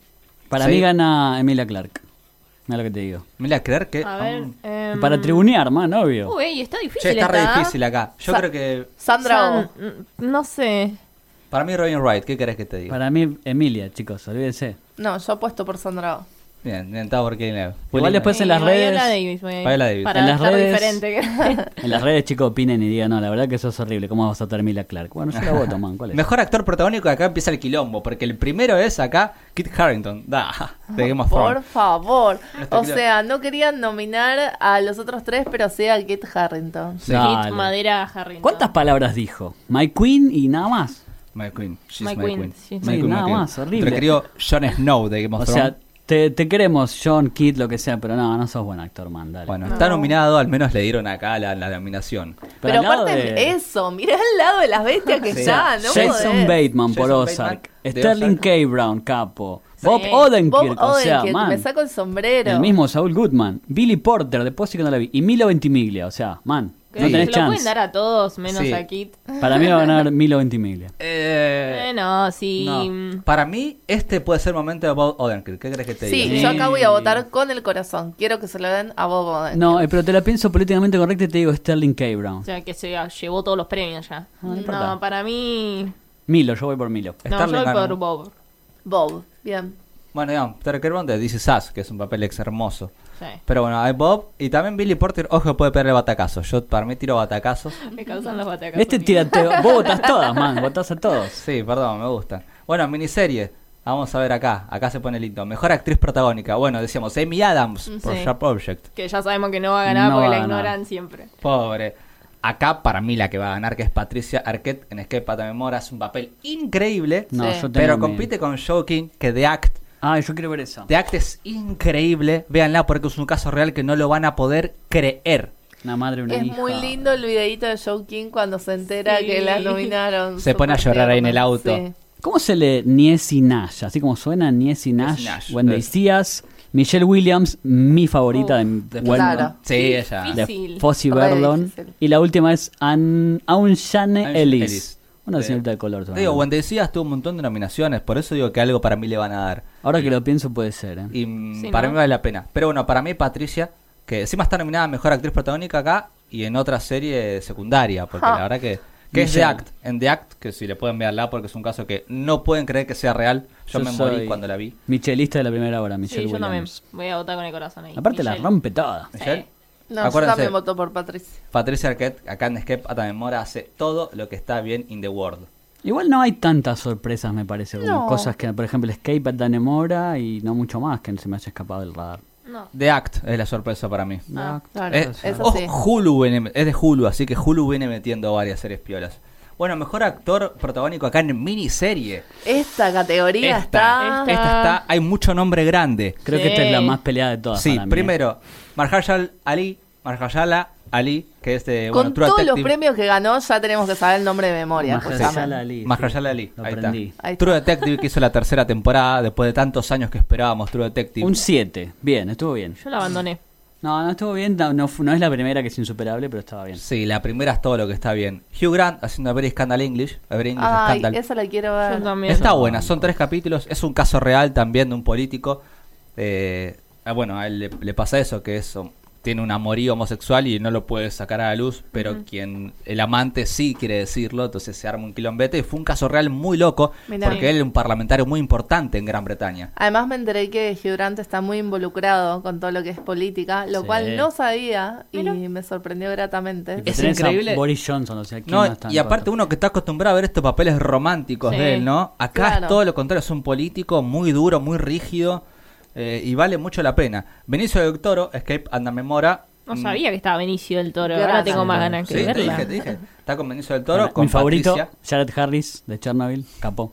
C: Para
A: Sí.
C: mí gana Emilia Clark. Mira lo que te digo.
A: Mira, creer que.
B: A ver.
A: Mm.
B: em,
C: Para tribunear, más, obvio.
B: Uy, está difícil.
A: Che, está re
B: esta, ¿eh?
A: difícil acá. Yo
D: Sa-
A: creo que.
D: Sandra
B: San-
D: O.
B: n- no sé.
A: Para mí, Robin Wright, ¿qué querés que te diga?
C: Para mí, Emilia, chicos, olvídense.
D: No, yo apuesto por Sandra O.
A: Bien, bien, está por Igual
C: Igual después en las
B: Eh, Viola
C: redes-
B: Davis, voy a ir.
A: Viola Davis.
B: Para
C: En las
B: estar
C: redes-
B: diferente.
C: En las redes, chicos, opinen y digan, no, la verdad que sos horrible. ¿Cómo vas a votar a Emilia Clark? Bueno, yo la voto, man. ¿Cuál es?
A: Mejor actor protagónico, acá empieza el quilombo, porque el primero es acá Kit Harrington. Da, de Game of
D: Por
A: Thrones.
D: favor.
A: Nuestra
D: O
A: querida-
D: sea, no querían nominar a los otros tres, pero sí a Kit Harrington.
C: Dale.
B: Hit, madera, Harrington.
C: ¿Cuántas palabras dijo? My Queen y nada más.
A: My Queen. She's
B: My
A: my,
B: Queen,
A: Queen.
B: sí.
A: My
C: Sí,
A: Queen, my
C: nada
A: Queen.
C: más, horrible.
A: Nuestro querido Jon Snow de Game of
C: O
A: Thrones.
C: sea, te, te queremos, John, Kid, lo que sea, pero no, no sos buen actor, man. Dale.
A: bueno,
B: No.
A: está nominado, al menos le dieron acá la, la nominación.
D: Pero,
C: al lado
D: aparte
C: de-
D: eso, mirá el lado de las bestias que
A: Sí.
D: está, ¿no?
C: Jason
D: podés.
C: Bateman por
A: Jason
C: Ozark,
A: Bateman de
C: Sterling
A: Ozark.
C: K. Brown, capo,
B: Sí.
C: Bob Odenkirk,
D: Bob
C: o sea,
D: Odenkirk,
C: man,
D: me saco el sombrero.
C: el mismo Saul Goodman, Billy Porter, después sí que no la vi, y Milo Ventimiglia, o sea, man,
B: Que
C: no
A: Sí.
B: se
C: tenés
B: lo pueden
C: chance.
B: dar a todos, menos
A: Sí.
B: a Kit.
C: Para mí va a ganar Milo Ventimiglia.
A: Eh,
B: Bueno, sí. mm,
A: no. Para mí, este puede ser el momento de Bob Odenkirk. ¿Qué crees que te
D: Sí,
A: diga?
D: yo
C: Sí.
D: acá voy a votar con el corazón. Quiero que se lo den a Bob Odenkirk.
C: No, eh, pero te la pienso políticamente correcta y te digo Sterling K. Brown.
B: O sea, que se llevó todos los premios ya.
C: Ah, No, no importa.
B: No, para mí.
C: Milo, yo voy por Milo.
B: No,
A: Starling
B: yo voy
A: ganó.
B: por Bob.
D: Bob, bien.
A: Bueno, digamos, Terry Brown de This Is Us, que es un papel ex hermoso.
B: Sí.
A: Pero bueno, hay Bob y también Billy Porter, ojo, puede pegarle batacazo. Yo para mí tiro batacazos.
B: Me causan los batacazos.
C: Este tirateo, vos votás todas, man, votás a todos.
A: Sí, perdón, me gustan. Bueno, miniserie. Vamos a ver acá. Acá se pone lindo. Mejor actriz protagónica. Bueno, decíamos Amy Adams por
B: Sí.
A: Sharp Object.
B: Que ya sabemos que no va a ganar
C: No
B: porque
C: va
B: la
C: a ganar.
B: ignoran siempre.
A: Pobre. Acá para mí la que va a ganar, que es Patricia Arquette en Escape at the Memory, hace un papel increíble.
C: No,
D: Sí.
C: yo tengo
A: Pero
C: mi-
A: compite con Joe King, que The Act.
C: Ah, yo quiero ver eso.
A: The Act es increíble. Véanla porque es un caso real que no lo van a poder creer.
C: Una madre, una
D: Es
C: hija.
D: muy lindo el videito de Joe King cuando se entera
B: Sí.
D: que la nominaron.
A: Se pone a
D: Súper
A: llorar ahí en
D: tierno,
A: el auto.
D: sí.
C: ¿Cómo se lee Niesi Nash? Así como suena Niesi Nash,
A: Nash,
C: Wendy
A: es.
C: Díaz, Michelle Williams, mi favorita de,
B: Uf,
C: de, ah,
D: Claro.
A: Sí, ella.
B: sí.
C: de
B: Difícil.
C: Fossi
D: Re
C: Verdon.
D: difícil.
C: Y la última es An- Aunshane
A: Aunshane
C: Ellis.
A: Ellis.
C: Una
A: Sí.
C: señorita de color.
A: Te digo,
C: seguramente.
A: Wendy Díaz tuvo un montón de nominaciones, por eso digo que algo para mí le van a dar.
C: Ahora que lo pienso puede ser. ¿eh?
A: Y mm,
B: Sí,
A: para
B: ¿no?
A: mí vale la pena. Pero bueno, para mí Patricia, que encima está nominada a Mejor Actriz Protagónica acá y en otra serie secundaria, porque
D: Ah.
A: la verdad que... Que es The
C: Michelle.
A: Act, en The Act, que si le pueden verla porque es un caso que no pueden creer que sea real. Yo, me
C: soy
A: morí cuando la vi.
C: Michelista de la primera hora, Michelle
B: Sí, yo también.
C: Williams.
B: Voy a votar con el corazón ahí.
C: Aparte la
B: Michelle.
C: rompe toda.
A: Michelle,
D: No, yo
A: acuérdense,
D: también voto por Patricia.
A: Patricia Arquette, acá en Escape at the Memory hace todo lo que está bien in the world.
C: Igual no hay tantas sorpresas, me parece. como
D: No.
C: Cosas que, por ejemplo, Escape at Danemora y no mucho más que se me haya escapado del radar.
B: No.
A: The Act es la sorpresa para mí.
D: Ah,
C: Ah,
D: claro,
A: Eh,
D: eso
A: ojo,
D: sí.
A: Hulu viene- es de Hulu, así que Hulu viene metiendo varias series piolas. Bueno, mejor actor protagónico acá en miniserie.
D: Esta categoría
A: Esta,
D: está...
A: esta está, hay mucho nombre grande.
C: Creo que
B: Sí.
C: esta es la más peleada de todas.
A: Sí,
C: para mí, ¿eh?
A: primero, Marjal Ali, Marjala Ali, que es de
D: Con
A: Eh, bueno, True
D: todos los
A: Detective.
D: premios que ganó, ya tenemos que saber el nombre de memoria.
C: Mahershala
D: justamente.
C: Ali. sí.
A: Mahershala Ali,
C: Lo
A: ahí está.
C: aprendí.
D: Ahí está.
A: True Detective que hizo la tercera temporada después de tantos años que esperábamos True Detective.
C: Un 7. Bien, estuvo bien.
B: Yo la abandoné.
C: No, no estuvo bien. No, no fu- no es la primera que es insuperable, pero estaba bien.
A: Sí, la primera es todo lo que está bien. Hugh Grant haciendo a Very Scandal English, a Very English
D: Ay,
A: Scandal.
D: esa la quiero ver.
B: Yo también.
A: Está
C: Eso.
A: buena, son tres capítulos. Es un caso real también de un político. eh, ah, bueno, a él le, le pasa eso, que es, hom- tiene un amorío homosexual y no lo puede sacar a la luz, pero quien el amante sí quiere decirlo, entonces se arma un quilombete. Y fue un caso real muy loco,
D: Mirá.
A: porque él es un parlamentario muy importante en Gran Bretaña.
D: Además me enteré que Hugh Grant está muy involucrado con todo lo que es política, lo
C: Sí.
D: cual no sabía y
B: Mira.
D: me sorprendió
C: Y
D: gratamente.
A: Es
C: tenés a
A: increíble.
C: Boris Johnson, o sea, ¿quién
A: No,
C: no está en
A: y aparte
C: contra?
A: uno que está acostumbrado a ver estos papeles románticos
B: Sí,
A: de él, ¿no? Acá
D: claro.
A: es todo lo contrario, es un político muy duro, muy rígido eh, y vale mucho la pena. Benicio del Toro, Escape and the Memora.
B: No
A: mm,
B: sabía que estaba Benicio del Toro.
D: Qué
B: Ahora
D: grasa.
B: tengo más
C: Sí,
B: ganas que
A: Sí, te
B: verla.
A: dije, te dije. Está con Benicio del Toro,
C: Mi
A: con
C: favorito,
A: Patricia.
C: Jared Harris de Chernobyl, capó.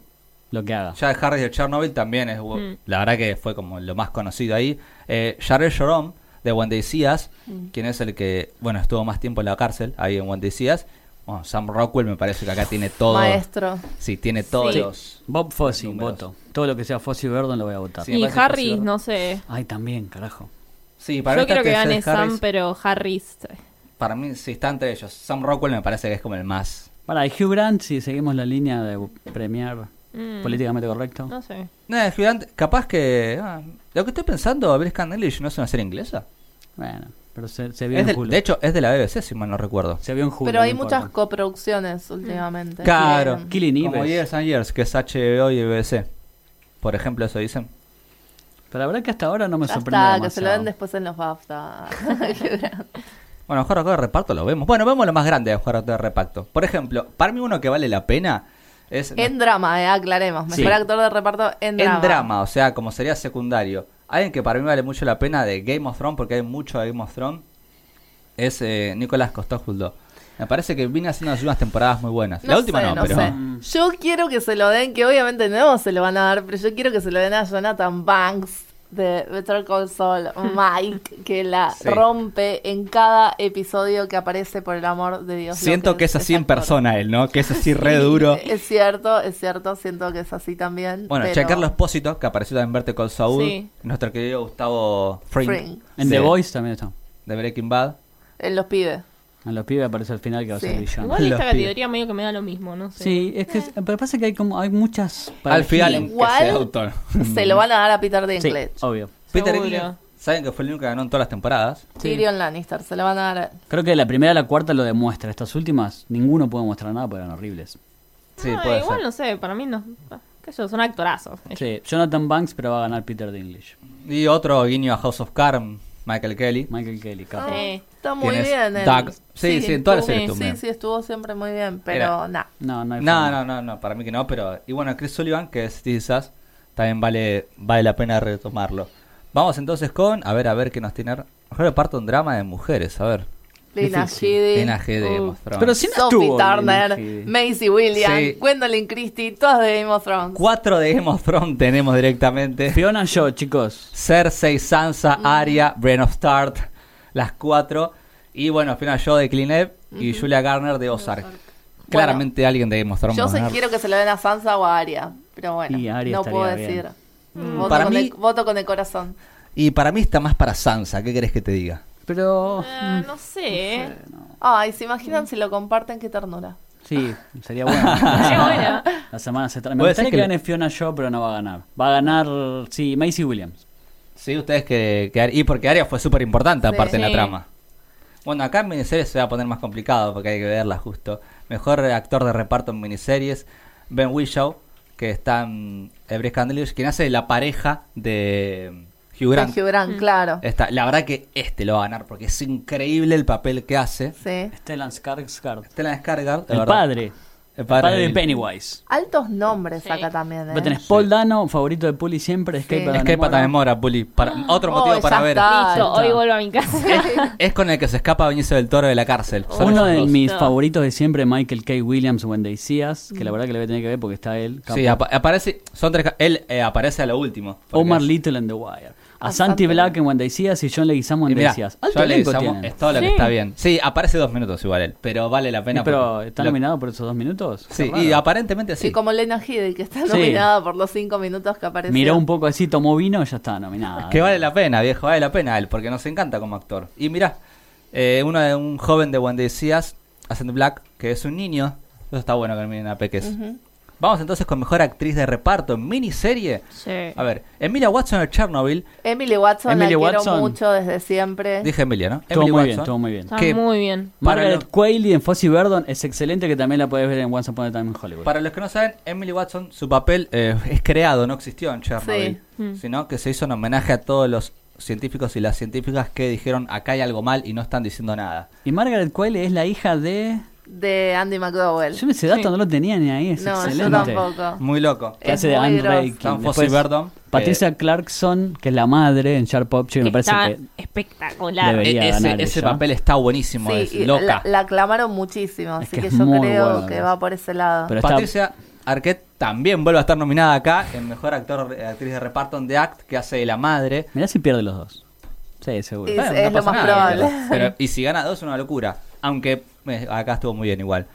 C: Lo que haga.
A: Ya Harris de Chernobyl también es... uh,
B: Mm.
A: La verdad que fue como lo más conocido ahí. Eh, Jared Jorom, de Wendecías,
B: Mm.
A: quien es el que, bueno, estuvo más tiempo en la cárcel ahí en Wendecías. Bueno, Sam Rockwell me parece que acá tiene todo...
D: Maestro.
A: Sí, tiene todos
B: Sí.
A: los...
C: Bob Fosse,
A: Números.
C: voto. Todo lo que sea Fosse y Verdon lo voy a votar.
A: Sí, me
B: y
A: parece
B: Harry,
A: posible.
B: no sé.
C: Ay, también, carajo.
A: Sí, para
B: Yo
A: mí está
B: quiero que
A: entre
B: gane
A: Jared
B: Sam,
A: Harris-
B: pero Harris.
A: Para mí sí está entre ellos. Sam Rockwell me parece que es como el más...
C: Para Hugh Grant, si seguimos la línea de premiar.
B: Mm,
C: Políticamente correcto.
B: No sé.
A: No, es gigante. Capaz que. ah, lo que estoy pensando, Blaze Can English no es una serie inglesa.
C: Bueno, pero se, se vio
A: Es
C: en
A: del-
C: Hulu.
A: de hecho, es de la BBC, si mal no recuerdo.
C: se vio en Hulu.
D: Pero hay
C: no
D: muchas
C: importa.
D: coproducciones últimamente.
A: Claro.
D: Bien.
C: Killing Eve
A: Como
C: es.
A: Years and Years, que es HBO y BBC. Por ejemplo, eso dicen.
C: Pero la verdad que hasta ahora no me
D: Ya
C: sorprende
D: está, que se lo
C: demasiado.
D: den después en los BAFTA.
A: Bueno, Juego de Reparto lo vemos. Bueno, vemos lo más grande de Juego de Reparto. Por ejemplo, para mí uno que vale la pena es.
D: en drama, eh, aclaremos.
C: Sí.
D: Mejor actor de reparto en
A: en
D: drama.
A: drama, o sea, como sería secundario. Alguien que para mí vale mucho la pena de Game of Thrones, porque hay mucho de Game of Thrones, es eh, Nicolás Costoculdo. Me parece que viene haciendo unas temporadas muy buenas. la última
D: sé,
A: no, pero.
D: sé. Mm. Yo quiero que se lo den, que obviamente no se lo van a dar, pero yo quiero que se lo den a Jonathan Banks de Better Call Saul, Mike, que la
A: Sí.
D: rompe en cada episodio que aparece, por el amor de Dios. lo
A: Siento que es así en
D: actor.
A: persona él, ¿no? Que es así re duro.
D: Es cierto, es cierto, siento que es así también.
A: Bueno,
D: pero-
A: Che Carlos Pósito, que apareció también en Verte con Saúl.
B: Sí.
A: Nuestro querido Gustavo Fring.
D: Fring.
C: En
A: de-
C: The Voice también está.
A: De Breaking Bad.
D: En los pibes.
C: En los pibes aparece al final que va a
D: Sí.
C: ser villano.
B: Igual
A: Los
B: esta
A: pibes.
B: categoría medio que me da lo mismo, no sé.
C: Sí, es que
D: Eh.
C: pero pasa que hay como hay muchas
A: Al final,
C: parecidas.
A: que
D: Igual-
A: sea autor.
D: Se lo van a dar a Peter
C: Sí,
D: Dinklage.
C: obvio.
A: Peter
B: Seguro.
A: Dinklage, saben que fue el único que ganó en todas las temporadas.
D: Tyrion Lannister, se lo van a dar. a-
C: Creo que la primera a la cuarta lo demuestra. Estas últimas, ninguno puede mostrar nada porque eran horribles.
A: Sí,
B: Ah,
A: puede
B: igual
A: ser.
B: no sé, para mí no. Que yo, son actorazos.
C: Sí, Jonathan Banks, pero va a ganar Peter Dinklage.
A: Y otro guiño a House of Cards, Michael Kelly.
C: Michael Kelly,
D: Ah.
C: capo.
B: Sí.
D: Está muy
A: ¿Quién es?
D: bien. el-
A: Doug. Sí, sí, en todas las
D: estuvo-
A: series estuvo
D: Sí,
A: bien.
D: sí, estuvo siempre muy
A: Era-
D: bien, pero nada.
C: No, no hay
A: No,
C: forma.
A: no, no, no, para mí que no, pero... Y bueno, Chris Sullivan, que es quizás también vale, vale la pena retomarlo. Vamos entonces con, a ver, a ver qué nos tiene... Mejor reparto un drama de mujeres, a ver.
D: Lina
C: Difícil.
D: Headey.
A: NG de Game
D: Uh,
A: of Thrones.
C: Pero si no
D: Sophie
C: estuvo
D: Turner,
C: Lily Headey.
D: Maisie Williams,
A: Sí.
D: Gwendolyn Christie, todas de Game of Thrones.
A: Cuatro de Game of Thrones tenemos directamente.
C: Fiona yo, chicos.
A: Cersei, Sansa, Arya, Bren of Start, las cuatro. Y bueno, al final yo de Clean Up y Julia Garner de Ozark. Claramente alguien de Game of Thrones.
D: Yo
A: va a
D: sé,
A: ganar.
D: quiero que se lo den a Sansa o a Arya, pero bueno,
C: Y Arya
D: no
C: estaría
D: puedo
C: bien.
D: decir. Voto,
A: Para
D: con
A: mí-
D: el, voto con el corazón.
A: Y para mí está más para Sansa, ¿qué querés que te diga?
C: Pero.
B: Ah, no sé. eh.
D: Ay, ¿se imaginan si lo comparten? Qué ternura.
C: Sí, sería bueno.
B: Sería bueno.
C: La semana se tra- Me
A: Puede
C: gustaría
A: ser
C: que
A: que-
C: gane Fiona yo, pero no va a ganar. Va a ganar, sí, Macy Williams.
A: Sí, ustedes que... que- y porque Arya fue súper importante
D: Sí.
A: aparte en la
B: Sí.
A: trama. Bueno, acá en miniseries se va a poner más complicado porque hay que verla justo. Mejor actor de reparto en miniseries, Ben Whishaw, que está en Everest Candelish, quien hace la pareja de Hugh Grant.
D: Hugh Grant,
C: Mm.
D: claro.
A: Está- la verdad que este lo va a ganar porque es increíble el papel que hace.
D: Sí.
C: Stellan Skarsgård.
A: Stellan Skarsgård, de
C: El
A: verdad.
C: padre.
A: El
C: El
A: padre
C: padre de
A: del-
C: Pennywise.
D: Altos nombres
B: Sí.
D: acá también, ¿eh?
C: Vos tenés Paul Dano, favorito de Puli siempre, Skype
D: Sí.
C: para
A: Escape para
C: Nemora.
A: Demora, Bully. Para, otro motivo
D: Oh,
A: para
D: ya
A: ver.
D: está. Ah,
B: Listo,
D: está.
B: hoy vuelvo a mi casa.
A: Es con el que se escapa Benicio del Toro de la cárcel.
D: Oh,
A: Son esos
C: Uno de
A: dos.
C: mis
B: No.
C: favoritos de siempre, Michael K. Williams, When They See Us, que la verdad que le voy a tener que ver porque está él.
A: Sí,
C: capo.
A: apa- aparece. Son tres. ca- Él eh, aparece a lo último. porque
C: Omar
A: es-
C: Little and The Wire. A
D: Ah,
C: Santi
D: Santi
C: Black en When They See Us y John Leguizamo
A: Y
C: en
A: mirá,
C: They See Us.
A: yo
C: Alto
A: le
C: elenco
A: llamo-
C: tienen.
A: es todo lo que
B: Sí.
A: está bien. Sí, aparece dos minutos igual él, pero vale la pena.
C: Sí, pero
A: porque-
C: ¿está
A: lo-
C: nominado por esos dos minutos?
A: Sí,
C: Qué
A: y
C: raro.
A: aparentemente sí.
D: Y como Lena Headey, que está
C: Sí.
D: nominada por los cinco minutos que apareció.
C: Miró un poco así, tomó vino, ya está nominada.
A: Que vale la pena, viejo, vale la pena él, porque nos encanta como actor. Y mirá, eh, uno de un joven de When They See Us, Ascent Black, que es un niño. Eso está bueno que miren a Peques. Vamos entonces con mejor actriz de reparto en miniserie.
B: Sí.
A: A ver, Emilia Watson de Chernobyl.
D: Emily Watson
C: Emily
D: la
C: Watson.
D: quiero mucho desde siempre.
A: Dije Emilia, ¿no?
C: Estuvo
A: Emily
C: muy bien,
A: Watson.
C: estuvo muy bien.
B: Está
A: ¿Qué?
B: muy bien.
C: Margaret
A: Para
C: Qualley en Fossey Verdon es excelente, que también la puedes ver en Once Upon a Time in Hollywood.
A: Para los que no saben, Emily Watson, su papel eh, es creado, no existió en Chernobyl, sino que se hizo en homenaje a todos los científicos y las científicas que dijeron acá hay algo mal y no están diciendo nada.
C: Y Margaret Qualley es la hija de...
D: De Andy McDowell.
C: Yo ese dato no lo tenía ni ahí, es
D: no,
C: excelente.
D: yo tampoco.
A: Muy loco.
C: Que
D: Es
C: hace de
D: muy
C: Anne
D: grosso.
C: Raikin.
A: Tom Fossey
C: Después,
A: Verdon,
C: Patricia Clarkson, que es la madre en Sharp Object, me
B: Que
C: parece
B: está
C: que...
B: espectacular.
C: Debería.
A: E- ese,
C: ganar
A: ese
C: ella.
A: papel está buenísimo,
D: Sí,
A: es
D: y
A: loca.
D: la, la aclamaron muchísimo,
C: Es
D: así
C: que
D: que,
C: es
D: yo
C: muy
D: creo
C: buena,
D: que
C: es.
D: va por ese lado.
C: Pero está-
A: Patricia Arquette también vuelve a estar nominada acá en Mejor Actor eh, Actriz de Reparto en The Act, que hace de la madre.
C: Mirá si pierde los dos. Sí, seguro.
D: Es-
A: Bueno,
D: es lo
A: pasa
D: más probable.
A: Pero, pero- y si gana dos es una locura. Aunque eh, acá estuvo muy bien igual.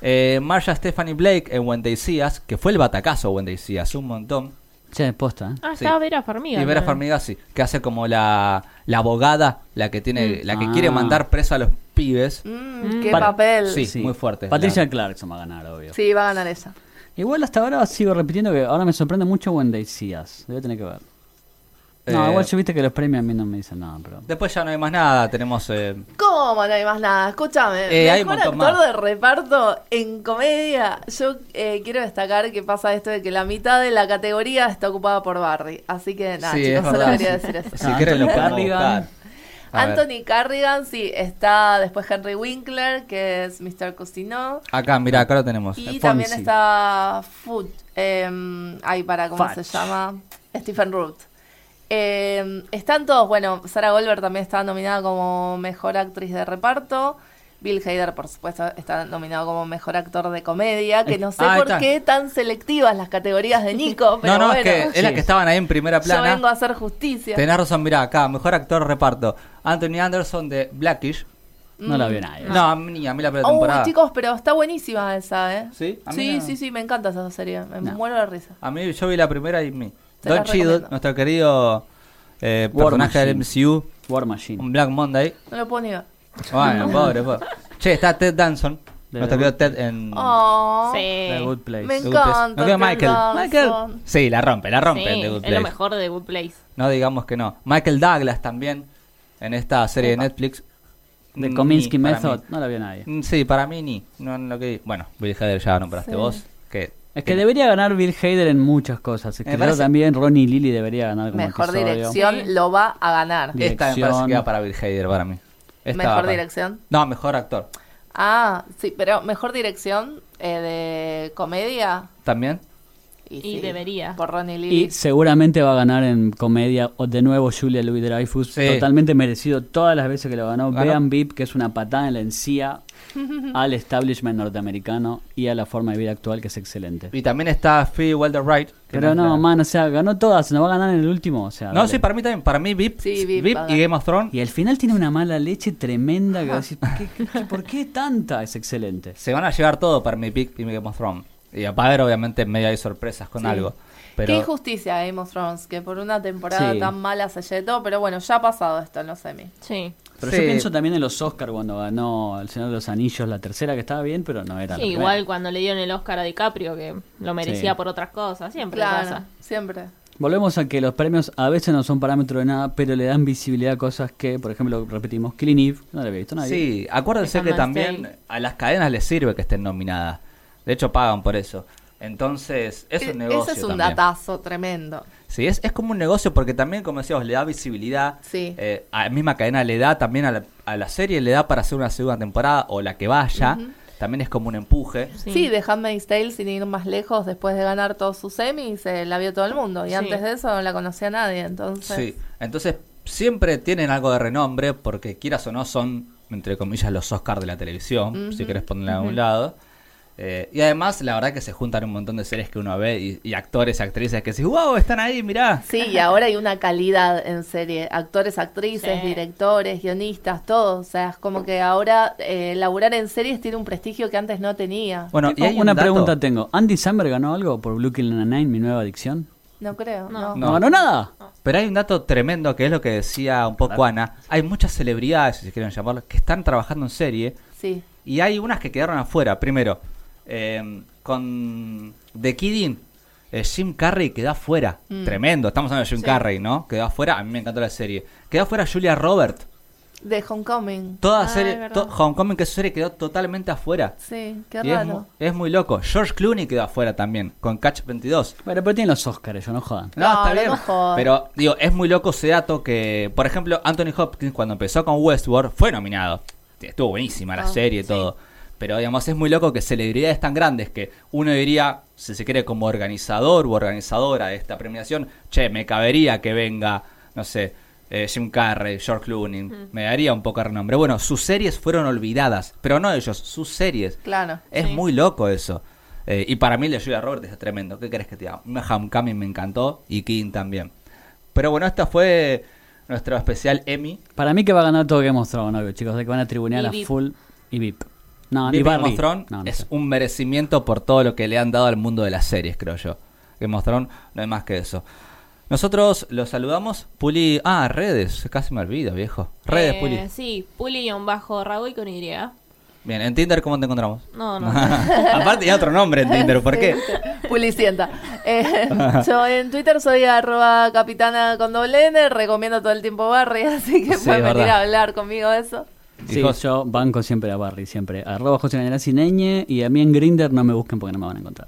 A: Eh, Marsha Stephanie Blake en When They See Us, que fue el batacazo When They See Us, un montón.
C: Che, posta. ¿eh?
B: Ah,
A: Sí.
B: estaba Vera Farmiga.
A: Y Vera
B: también.
A: Farmiga, sí, que hace como la, la abogada, la que tiene, la que
C: Ah.
A: quiere mandar presa a los pibes.
D: Mm, qué
C: Para-
D: papel.
A: sí. muy fuerte,
C: Patricia
A: la-
C: Clarkson va a ganar, obvio.
D: Sí, va a ganar ella.
C: Igual hasta ahora sigo repitiendo que ahora me sorprende mucho When They See Us. Debe tener que ver. No,
A: Eh,
C: igual yo viste que los premios a mí no me dicen nada, pero...
A: Después ya no hay más nada, tenemos... eh,
D: ¿Cómo no hay más nada? Escúchame.
A: Eh, hay un
D: mejor
A: montón
D: actor
A: más.
D: de reparto en comedia. Yo eh, quiero destacar que pasa esto de que la mitad de la categoría está ocupada por Barry. Así que nada,
A: Sí,
D: chicos,
A: es
D: solo
A: verdad.
D: quería decir eso.
A: si quieren lo podemos
C: Anthony Carrigan.
A: buscar. A ver,
D: Anthony Carrigan, sí, está después Henry Winkler, que es Mr. Costino.
A: Acá, mira, acá lo tenemos.
D: Y
C: Fonzie.
D: también está Food. Eh, ay, para, ¿cómo
C: Fudge.
D: se llama? Stephen Root. Eh, están todos, bueno, Sarah Goldberg también está nominada como mejor actriz de reparto. Bill Hader, por supuesto, está nominado como mejor actor de comedia. Que no sé
A: Ah, ahí
D: por
A: está.
D: qué tan selectivas las categorías de Nico, pero
A: No, no,
D: bueno,
A: es que es la
C: Sí.
A: que estaban ahí en primera
D: yo vengo a
A: plana.
D: hacer justicia.
A: Tenés razón, mirá, acá, mejor actor reparto. Anthony Anderson de Blackish.
C: No la vio
D: Mm.
C: nadie.
A: No, a mí, a mí la primera
D: Ah. Oh,
A: temporada.
D: chicos, pero está buenísima esa, ¿eh?
A: ¿Sí? A mí
D: sí,
A: no.
D: sí, sí, me encanta esa serie. Me
C: No.
D: muero de risa.
A: A mí yo vi la primera y me...
D: Te la
A: Don Cheadle,
D: recomiendo.
A: nuestro querido eh,
C: War
A: personaje del
C: Machine.
A: MCU,
C: War Machine.
A: un Black Monday.
D: No lo puedo ni ver.
A: Bueno, pobre, pobre. Che, está Ted Danson.
C: De
A: Nuestro
C: debut.
A: querido Ted en...
D: Oh.
B: Sí.
C: The Good Place.
D: Me
A: The Good Place.
D: encanta.
A: No, que
D: Ted
A: Michael.
D: Danson.
A: Michael. Sí, la rompe, la rompe en
B: Sí,
A: The Good
B: es lo
A: Place.
B: mejor de Good Place.
A: No digamos que no. Michael Douglas también en esta serie de Netflix.
C: The
A: Ni
C: Kominsky
A: Mm, para
C: Method. No la vio nadie.
A: mí. Mm, Sí, para mí ni. No, no lo que... Bueno, Bill Hader ya nombraste
D: Sí.
A: vos. Que,
C: Es que debería ganar Bill Hader en muchas cosas. Es que
A: Me
C: yo
A: parece-
C: también Ronnie Lilly debería ganar como
D: Mejor
C: episodio.
B: Sí.
D: dirección lo va a ganar.
C: Bien.
A: Esta me parece
C: dirección.
A: que va para Bill Hader para mí. Esta va
D: Mejor
A: para-
D: dirección.
A: No, mejor actor.
D: Ah, sí, pero mejor dirección eh, de comedia.
A: ¿También?
B: Y debería.
D: Por Ronnie Lee.
C: Y seguramente va a ganar en comedia o de nuevo Julia Louis Dreyfus.
A: Sí.
C: Totalmente merecido todas las veces que lo ganó.
A: Ganó.
C: Vean VIP, que es una patada en la encía al establishment norteamericano y a la forma de vida actual, que es excelente.
A: Y también está Phoebe Wilder-Wright. que
C: Pero
A: es la-
C: no, man, o sea, ganó todas. No va a ganar en el último. O sea,
A: No,
C: dale.
A: sí, para mí también. Para mí VIP,
D: Sí,
A: VIP,
D: VIP va a
A: y
D: ganar.
A: Game of Thrones
C: Y al final tiene una mala leche tremenda que va a decir, ¿por qué, qué- por qué tanta? Es excelente.
A: se van a llevar todo para mi VIP y mi Game of Thrones. Y va a haber obviamente en medio hay sorpresas con algo.
D: Qué
A: Pero
D: injusticia Game of Thrones, que por una temporada
C: Sí.
D: tan mala se todo, pero bueno, ya ha pasado esto, no sé.
B: Sí.
C: Pero
A: Sí.
C: yo pienso también en los Oscar cuando ganó El Señor de los Anillos, la tercera que estaba bien, pero no era la
B: Sí,
C: primera.
B: igual cuando le dieron el Oscar a DiCaprio, que lo merecía
C: Sí.
B: por otras cosas, siempre
D: Claro,
B: pasa.
D: siempre.
C: Volvemos a que los premios a veces no son parámetro de nada, pero le dan visibilidad a cosas que, por ejemplo, repetimos, Killing Eve, no la había visto nadie.
A: sí, acuérdense
B: Esa
A: que
B: más
A: también
B: serie.
A: a las cadenas les sirve que estén nominadas. De hecho, pagan por eso. Entonces, es
D: E-
A: un negocio.
D: Ese es un
A: también.
D: datazo tremendo.
A: Sí, es, es como un negocio porque también, como decíamos, le da visibilidad.
D: Sí.
A: eh, a la misma cadena le da también a la, a la serie, le da para hacer una segunda temporada o la que vaya. También es como un empuje.
D: Sí, The Handmaid's Tale, sin ir más lejos, después de ganar todos sus Emmys, se la vio todo el mundo. Y
B: Sí.
D: antes de eso no la conocía nadie, entonces...
A: Sí, entonces siempre tienen algo de renombre porque quieras o no son, entre comillas, los Oscars de la televisión, si querés ponerla a un lado. Eh, y además, la verdad que se juntan un montón de series que uno ve y, y actores, actrices que decís, wow, están ahí, mirá.
D: Sí, y ahora hay una calidad en serie. Actores, actrices,
B: Sí.
D: directores, guionistas, todo. O sea, es como que ahora eh, laburar en series tiene un prestigio que antes no tenía.
A: Bueno, y
C: Oh,
A: hay un
C: una
A: dato-
C: pregunta tengo. ¿Andy Samberg ganó algo por Blue Killing a Nine, mi nueva adicción?
D: No creo,
B: No.
D: no.
A: No.
C: No, ganó nada.
A: Pero hay un dato tremendo que es lo que decía un poco Ana. Hay muchas celebridades, si quieren llamarlo, que están trabajando en serie
D: Sí.
A: y hay unas que quedaron afuera. Primero, eh, con The Kidding, eh, Jim Carrey quedó afuera.
B: Mm.
A: Tremendo, estamos hablando de Jim Carrey, ¿no? Quedó afuera, a mí me encantó la serie. Quedó afuera Julia Robert.
D: De Homecoming.
A: Toda
B: Ah, es
A: serie,
B: verdad.
A: to- Homecoming, que es su serie, quedó totalmente afuera.
D: Sí, qué
A: Y es, mu-
D: raro.
A: es muy loco. George Clooney quedó afuera también, con Catch 22.
C: Bueno, pero tiene los Oscars, yo no jodan.
A: No,
D: No,
A: está
D: no,
A: bien.
D: no jodas.
A: Pero, digo, es muy loco ese dato que, por ejemplo, Anthony Hopkins cuando empezó con Westworld fue nominado. Estuvo buenísima la
D: Ah,
A: serie y todo. Pero, digamos, es muy loco que celebridades tan grandes que uno diría, si se quiere, como organizador u organizadora de esta premiación, che, me cabería que venga, no sé, eh, Jim Carrey, George Clooney. Me daría un poco de renombre. Bueno, sus series fueron olvidadas, pero no ellos, sus series.
D: Claro.
A: Es
B: Sí.
A: muy loco eso. Eh, y para mí el de Julia Roberts es tremendo. ¿Qué crees que te diga? Homecoming me encantó y King también. Pero bueno, esta fue nuestro especial Emmy.
C: Para mí que va a ganar todo Game of Thrones, obvio, chicos, de que van a tribunear
B: Y
C: a
B: Vip.
C: full y VIP. No,
A: Viva
C: y
A: Game
C: Barry.
A: of Thrones
C: No, no
A: es
C: sé.
A: un merecimiento por todo lo que le han dado al mundo de las series, creo yo. Game of Thrones no hay más que eso. Nosotros los saludamos. Puli. Ah, redes. Casi me olvido, viejo. Redes,
B: Eh,
A: Puli.
B: Sí, Puli-Ragoy con Y.
A: Bien, en Tinder, ¿cómo te encontramos?
B: No, no.
A: Aparte, ya otro nombre en Tinder, ¿por qué?
D: Pulicienta. Eh, yo en Twitter soy arroba capitana con doble N, recomiendo todo el tiempo Barry, así que
A: Sí,
D: pueden venir
A: verdad.
D: a hablar conmigo de eso.
C: Sí,
A: Hijos.
C: yo banco siempre a Barry, siempre. Arroba José Daniel Cineñe y a mí en Grinder no me busquen porque no me van a encontrar.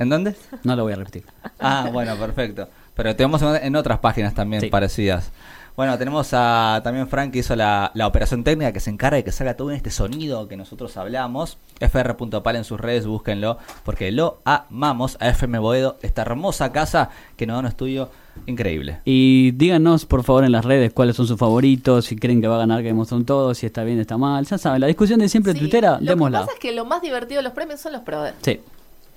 A: ¿En dónde?
C: No lo voy a repetir.
A: Ah, bueno, perfecto. Pero tenemos en otras páginas también
C: Sí.
A: parecidas. Bueno, tenemos a también Frank que hizo la, la operación técnica que se encarga de que salga todo este sonido que nosotros hablamos. fr.pal en sus redes, búsquenlo, porque lo amamos a FM Boedo, esta hermosa casa que nos da un estudio increíble.
C: Y díganos, por favor, en las redes cuáles son sus favoritos, si creen que va a ganar Game of Thrones todo, si está bien, está mal. Ya saben, la discusión de siempre
D: Sí,
C: tuitera,
D: lo que
C: démosla.
D: pasa es que lo más divertido de los premios son los proveedores.
C: Sí.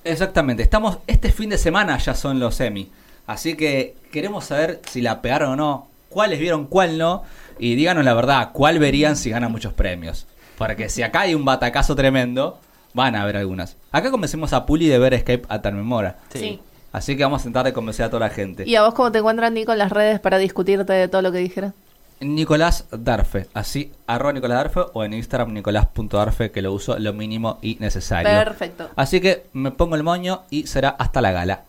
A: Exactamente, estamos este fin de semana ya son los semi. Así que queremos saber si la pegaron o no, cuáles vieron, cuál no. Y díganos la verdad, cuál verían si ganan muchos premios. Porque si acá hay un batacazo tremendo, van a haber algunas. Acá convencimos a Puli de ver Escape a tal memora.
C: Sí.
A: Así que vamos a intentar de convencer a toda la gente.
D: ¿Y a vos cómo te encuentran, Nico, en las redes para discutirte de todo lo que dijeron?
A: Nicolás Darfe, así arroba Nicolás Darfe o en Instagram nicolás.darfe que lo uso lo mínimo y necesario.
D: Perfecto.
A: Así que me pongo el moño y será hasta la gala.